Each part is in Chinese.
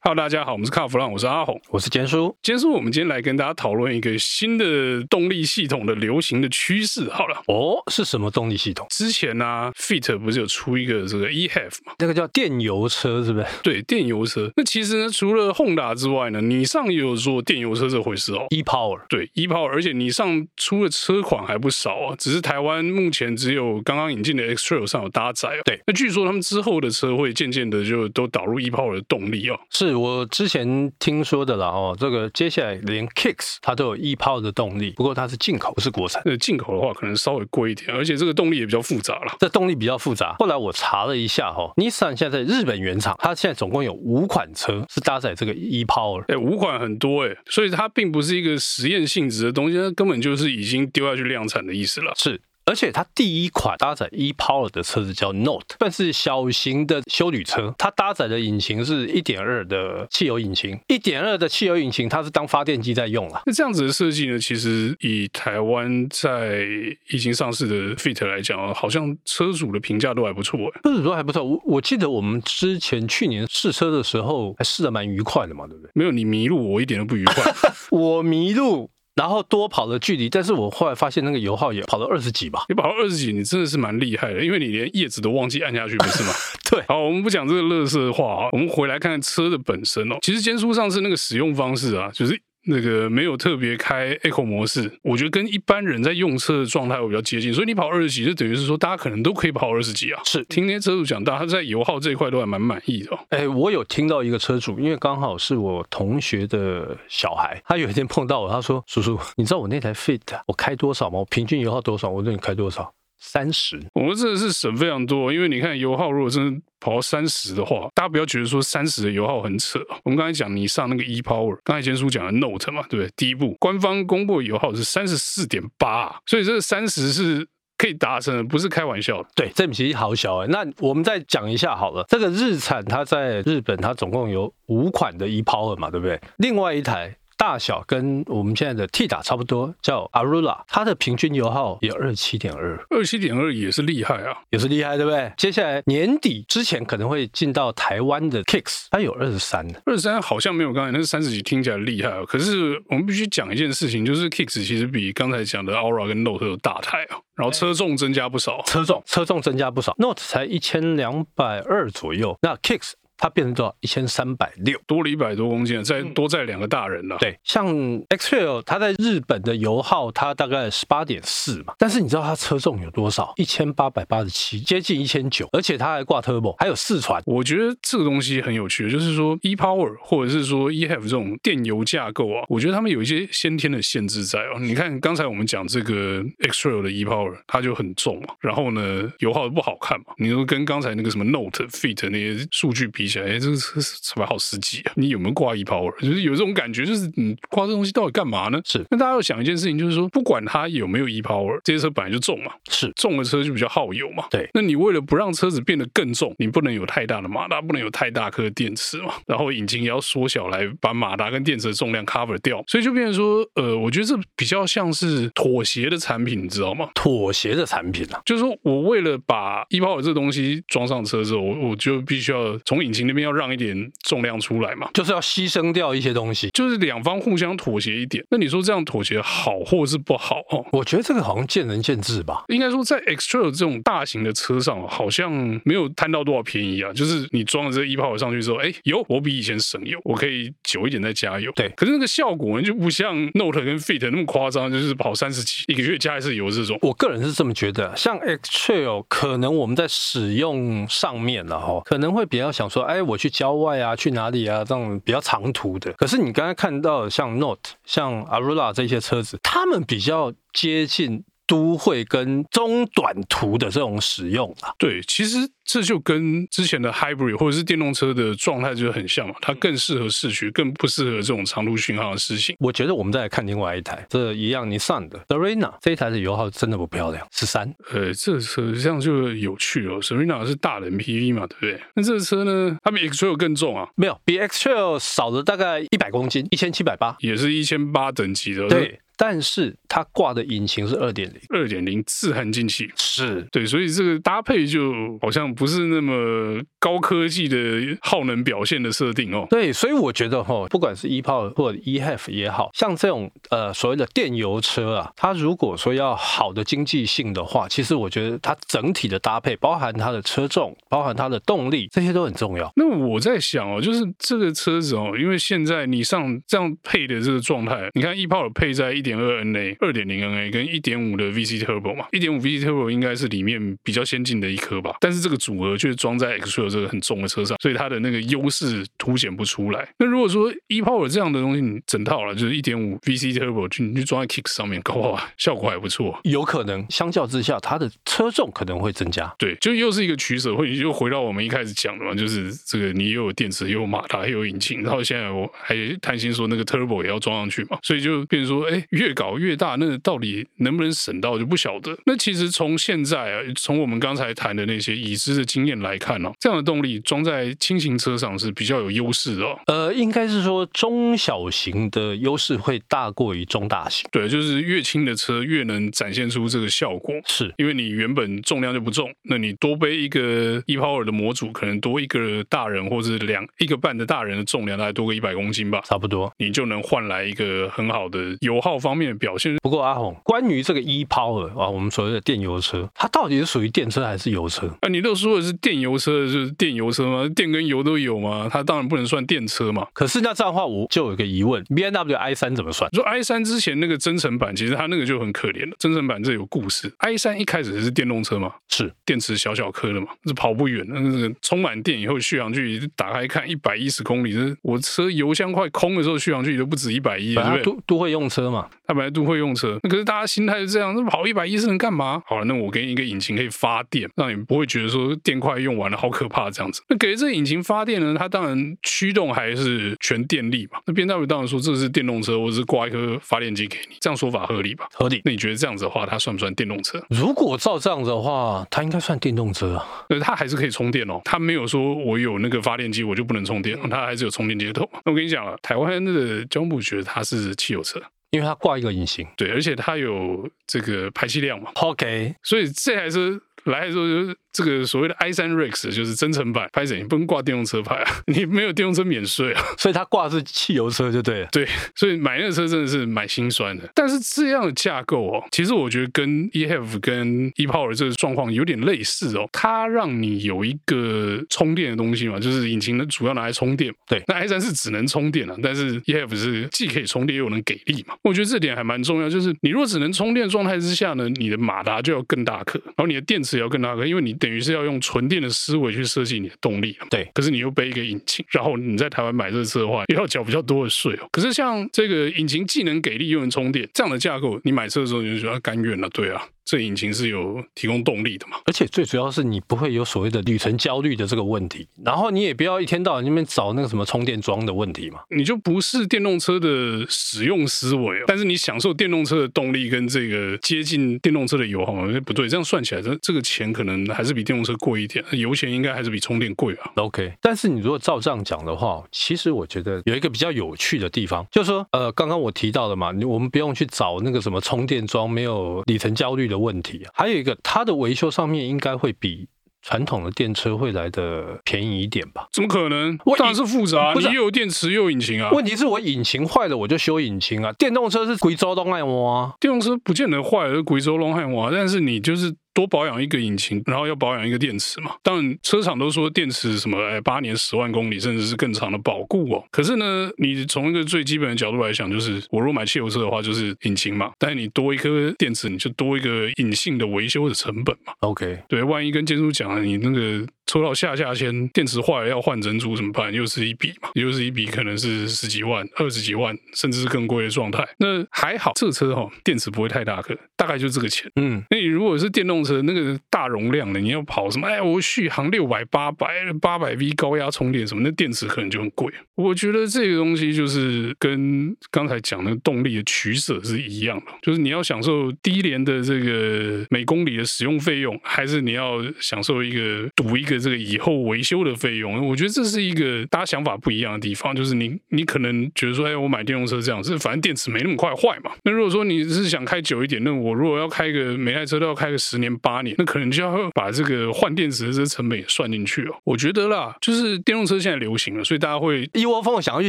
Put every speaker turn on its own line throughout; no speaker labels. Hello，大家好，我们是卡弗朗，我是阿红。
我是简叔，
今天是我们今天来跟大家讨论一个新的动力系统的流行的趋势。好了，
哦，是什么动力系统？
之前呢、f i t 不是有出一个这个 eHEV 嘛？
那个叫电油车是不是？
对，电油车。那其实呢，除了 Honda 之外呢，尼桑也有做电油车这回事哦。
e power
对一炮，而且你上出的车款还不少啊，只是台湾目前只有刚刚引进的 X Trail 上有搭载哦。
对，
那据说他们之后的车会渐渐的就都导入一炮的动力哦。
是我之前听说的啦哦。这个接下来连 Kicks 它都有 e power 的动力，不过它是进口，不是国产。
那进口的话可能稍微贵一点，而且这个动力也比较复杂了。
这动力比较复杂。后来我查了一下哈、哦、，Nissan 现在在日本原厂，它现在总共有五款车是搭载这个 e power。
哎，五款很多哎，所以它并不是一个实验性质的东西，它根本就是已经丢下去量产的意思了。
是。而且它第一款搭载 e power 的车子叫 Note，算是小型的修旅车。它搭载的引擎是1.2的汽油引擎，1.2的汽油引擎它是当发电机在用啦。
那这样子的设计呢，其实以台湾在已经上市的 Fit 来讲啊，好像车主的评价都还不错哎。
车子说还不错，我我记得我们之前去年试车的时候还试的蛮愉快的嘛，对不对？
没有你迷路，我一点都不愉快。
我迷路，然后多跑了距离，但是我后来发现那个油耗也跑了二十几吧。
你跑到二十几，你真的是蛮厉害的，因为你连叶子都忘记按下去，不是吗？
对，
好，我们不讲这个乐色话啊，我们回来看车的本身哦。其实坚叔上次那个使用方式啊，就是。那个没有特别开 Eco 模式，我觉得跟一般人在用车的状态会比较接近，所以你跑二十几，就等于是说大家可能都可以跑二十几啊。
是
听那些车主讲，大家在油耗这一块都还蛮满意的、哦。
哎，我有听到一个车主，因为刚好是我同学的小孩，他有一天碰到我，他说：“叔叔，你知道我那台 Fit 我开多少吗？我平均油耗多少？”我说：“你开多少？三十。
我们真的是省非常多，因为你看油耗如果真的跑到三十的话，大家不要觉得说三十的油耗很扯。我们刚才讲你上那个 e power，刚才前叔讲的 note 嘛，对不对？第一步，官方公布的油耗是三十四点八，啊所以这三十是可以达成的，不是开玩笑的。”
对，这笔其实好小哎、那我们再讲一下好了，这个日产它在日本它总共有五款的 e power 嘛，对不对？另外一台。大小跟我们现在的 T 打差不多，叫 Arula，它的平均油耗也二七点二，
二七点二也是厉害啊！
也是厉害，对不对？接下来年底之前可能会进到台湾的 Kicks，它有二十三
二三好像没有刚才那三十几听起来厉害啊，可是我们必须讲一件事情，就是 Kicks 其实比刚才讲的 Aura 跟 Note 有大台啊，然后车重增加不少。
车重，车重增加不少，Note 才一千两百二左右，那 Kicks 它变成多少？一千三百六。
多了一百多公斤啊，再多载两个大人了、啊。
对，像 Xtrail 它在日本的油耗它大概十八点四嘛，但是你知道它车重有多少？一千八百八十七，接近一千九，而且它还挂 turbo，还有四传。
我觉得这个东西很有趣，就是说 e power 或者是说 e have 这种电油架构啊，我觉得他们有一些先天的限制在哦。你看刚才我们讲这个 X Trail 的 e power，它就很重嘛，然后呢油耗不好看嘛。你说跟刚才那个什么 Note、Fit 那些数据比起来，哎，这个车才好十几啊！你有没有挂 e power？就是有这种感觉，就是你挂这东西到底干嘛呢？
是
那大家要想一件事情，就是说不管它有没有 e power，这些车本来就重嘛，
是
重的车就比较耗油嘛。
对
那你为了不让车子变得更重，你不能有太大的马达，不能有太大颗的电池嘛，然后引擎也要缩小来把马达跟电池的重量 cover 掉，所以就变成说，呃，我觉得这比较像是妥协的产品，你知道吗？
妥协的产品啊。
就是说我为了把 e power 这东西装上车之后，我我就必须要从引擎那边要让一点重量出来嘛。
就是要牺牲掉一些东西，
就是两方互相妥协一点，那你说这样妥协好或是不好哦？
我觉得这个好像见仁见智吧。
应该说，在 X Trail 这种大型的车上，好像没有贪到多少便宜啊。就是你装了这 e power 上去之后，哎，油我比以前省油，我可以久一点再加油。
对
可是那个效果呢，就不像 Note 跟 Fit 那么夸张，就是跑三十几一个月加一次油这种。
我个人是这么觉得，啊像 X Trail 可能我们在使用上面了哈，可能会比较想说，哎，我去郊外啊，去哪里啊，这种比较长途的。可是你刚才看到的像 Note、像 Arula 这些车子，他们比较接近。都会跟中短途的这种使用啊，
对，其实这就跟之前的 hybrid 或者是电动车的状态就是很像嘛，它更适合市区，更不适合这种长途巡航的事情。
我觉得我们再来看另外一台，这一样尼桑的 Serena 这一台的油耗真的不漂亮，十三。
呃，这个车这样就有趣了。Serena 是大人 PV 嘛，对不对？那这个车呢，它比 X Trail 更重啊，
没有，比 X Trail 少了大概一百公斤，一千七百八。
也是一千八等级的。
对，但是它挂的引擎是二点零，
二点零自汗进气。
是
对，所以这个搭配就好像不是那么高科技的耗能表现的设定哦。
对，所以我觉得哈，不管是 e power 或者 e half 也好像这种呃所谓的电油车啊，它如果说要好的经济性的话，其实我觉得它整体的搭配，包含它的车重，包含它的动力，这些都很重要。
那我在想哦，就是这个车子哦，因为现在你上这样配的这个状态，你看 e power 配在一点二 NA、二点零 NA 跟一点五的 VC Turbo 嘛，一点五 VC Turbo 应该是里面比较先进的一颗吧，但是这个组合却装在 X Trail 这个很重的车上，所以它的那个优势凸显不出来。那如果说 e power 这样的东西，你整套了就是一点五 VC Turbo 去你去装在 Kick 上面，搞不好效果还不错。
有可能相较之下，它的车重可能会增加。
对，就又是一个取舍会，又回到我们一开始讲的嘛，就是这个你又有电池，又有马达，又有引擎，然后现在我还贪心说那个 turbo 也要装上去嘛，所以就变成说，哎，越搞越大，那到底能不能省到就不晓得。那其实从现在啊，从我们刚才谈的那些已知的经验来看哦、这样的动力装在轻型车上是比较有优势的、哦。
呃，应该是说中小型的优势会大过于中大型。
对，就是越轻的车越能展现出这个效果。
是，
因为你原本重量就不重，那你多背一个 e power 的模组，可能多一个大人或者两一个半的大人的重量，大概多个一百公斤吧，
差不多。
你就能换来一个很好的油耗方面的表现。
不过阿红，关于这个 e power 啊，我们所谓的电油车，它到底是属于电车还是油车？
啊，你都说的是电油车，就是电油车吗？电跟油都有吗？它当然不能算电车嘛。
可是那这样的话，我就有一个疑问，B N W i 三怎么算？
你说 i 三之前那个增程版，其实它那个就很可怜了。增程版这有故事。i 三一开始是电动车嘛，
是
电池小小颗的嘛，是跑不远的。那个充满电以后，续航距离打开看一百一十公里，这我车油箱快空的时候，续航距离都不止一百一，啊对
本来
不对？
都都会用车嘛，
它本来都会用车，那可是大家心态是这样，那跑一百一是能干嘛？好了，那我给你一个引擎可以发电，让你不会觉得说电快用完了好可怕这样子。那给这个引擎发电呢，它当然驱动还是全电力嘛。那 B W 当然说这是电动车，我只是挂一颗发电机给你，这样说法合理吧？
合理。
那你觉得这样子的话，它算不算电动车？
如果照这样的话，它应该算电动车啊。
对，它还是可以充电哦。它没有说我有那个发电机我就不能充电，它还是有充电接头 嘛。那我跟你讲了，台湾的交通部觉得它是汽油车，
因为它挂一个隐形。
对，而且它有这个排气量嘛，
OK，
所以这台车来的时候就是这个所谓的 i 三 Rex 就是增程版，拍整你不能挂电动车牌啊， 你没有电动车免税啊。
所以它挂的是汽油车就对了。
对，所以买那个车真的是蛮心酸的。但是这样的架构哦，其实我觉得跟 e h a v 跟 e power 这个状况有点类似哦。它让你有一个充电的东西嘛，就是引擎的主要拿来充电。
对
那 i 三是只能充电啊，但是 e h a v 是既可以充电又能给力嘛。我觉得这点还蛮重要，就是你如果只能充电的状态之下呢，你的马达就要更大颗，然后你的电池也要更大颗，因为你等于是要用纯电的思维去设计你的动力了嘛
对，
可是你又背一个引擎， 然后你在台湾买这车的话，也要缴比较多的税哦。可是像这个引擎既能给力又能充电这样的架构，你买车的时候你就觉得甘愿了，对啊，这引擎是有提供动力的嘛。
而且最主要是你不会有所谓的旅程焦虑的这个问题，然后你也不要一天到晚那边找那个什么充电桩的问题嘛。
你就不是电动车的使用思维哦，但是你享受电动车的动力跟这个接近电动车的油耗嘛，那不对，这样算起来，这这个钱可能还是比电动车贵一点，油钱应该还是比充电贵啊吧？
OK，但是你如果照这样讲的话，其实我觉得有一个比较有趣的地方，就是说，呃，刚刚我提到的嘛，你我们不用去找那个什么充电桩没有里程焦虑的问题，还有一个它的维修上面应该会比传统的电车会来的便宜一点吧。
怎么可能
我？
当然是复杂、
不
你
是啊
又有电池又有引擎啊。
问题是我引擎坏了，我就修引擎啊。电动车是贵州东爱摸啊，
电动车不见得坏了，贵州龙汉瓦，但是你就是多保养一个引擎，然后要保养一个电池嘛。当然，车厂都说电池什么哎八年、十万公里，甚至是更长的保固哦。可是呢，你从一个最基本的角度来想，就是我如果买汽油车的话，就是引擎嘛，但是你多一颗电池，你就多一个隐性的维修的成本嘛。
OK，
对，万一跟监督讲了，你那个抽到下下签，电池坏了要换整组怎么办？又是一笔嘛，又是一笔，可能是十几万、二十几万，甚至是更贵的状态。那还好，这车哈、电池不会太大颗，大概就这个钱。
嗯，
那你如果是电动车，那个大容量的，你要跑什么？哎，我续航六百、八百、八百 V 高压充电什么，那电池可能就很贵。我觉得这个东西就是跟刚才讲的动力的取舍是一样的，就是你要享受低廉的这个每公里的使用费用，还是你要享受一个赌一个费这个以后维修的费用，我觉得这是一个大家想法不一样的地方。就是你你可能觉得说，哎，我买电动车这样，是反正电池没那么快坏嘛。那如果说你是想开久一点，那我如果要开个每台车都要开个十年八年，那可能就要把这个换电池的这成本也算进去哦。我觉得啦，就是电动车现在流行了，所以大家会。
一窝蜂地想要去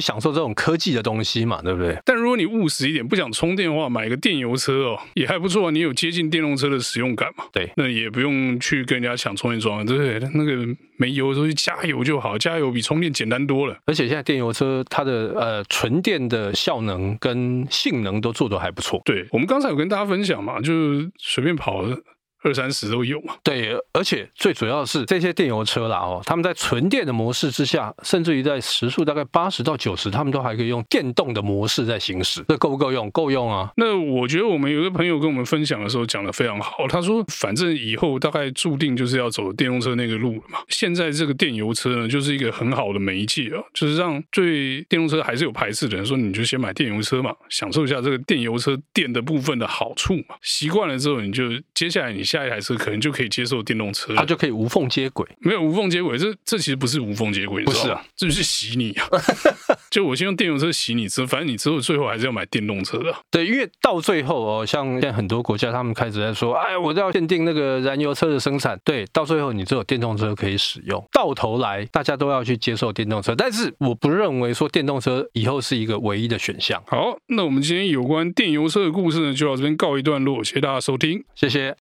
享受这种科技的东西嘛，对不对？
但如果你务实一点，不想充电的话，买个电油车哦，也还不错啊。你有接近电动车的使用感嘛？
对
那也不用去跟人家抢充电桩，啊对不对？那个没油的时候去加油就好，加油比充电简单多了。
而且现在电油车它的呃纯电的效能跟性能都做得还不错。
对我们刚才有跟大家分享嘛，就是随便跑二三十都有嘛。
对，而且最主要的是这些电油车啦哦，他们在纯电的模式之下，甚至于在时速大概八十到九十，他们都还可以用电动的模式在行驶，这够不够用？够用啊！
那我觉得我们有一个朋友跟我们分享的时候讲的非常好，他说反正以后大概注定就是要走电动车那个路了嘛。现在这个电油车呢，就是一个很好的媒介啊，就是让对电动车还是有排斥的人说，你就先买电油车嘛，享受一下这个电油车电的部分的好处嘛。习惯了之后，你就接下来你下一台车可能就可以接受电动车了
它就可以无缝接轨。
没有无缝接轨，这这其实不是无缝接轨，你知道
不是
吗
啊，
这就是洗你啊！ 就我先用电动车洗你，之后反正你之后最后还是要买电动车的。
对，因为到最后哦，像现在很多国家他们开始在说，哎，我要限定那个燃油车的生产。对，到最后你只有电动车可以使用。到头来，大家都要去接受电动车，但是我不认为说电动车以后是一个唯一的选项。
好，那我们今天有关电油车的故事呢，就到这边告一段落，谢谢大家收听。
谢谢。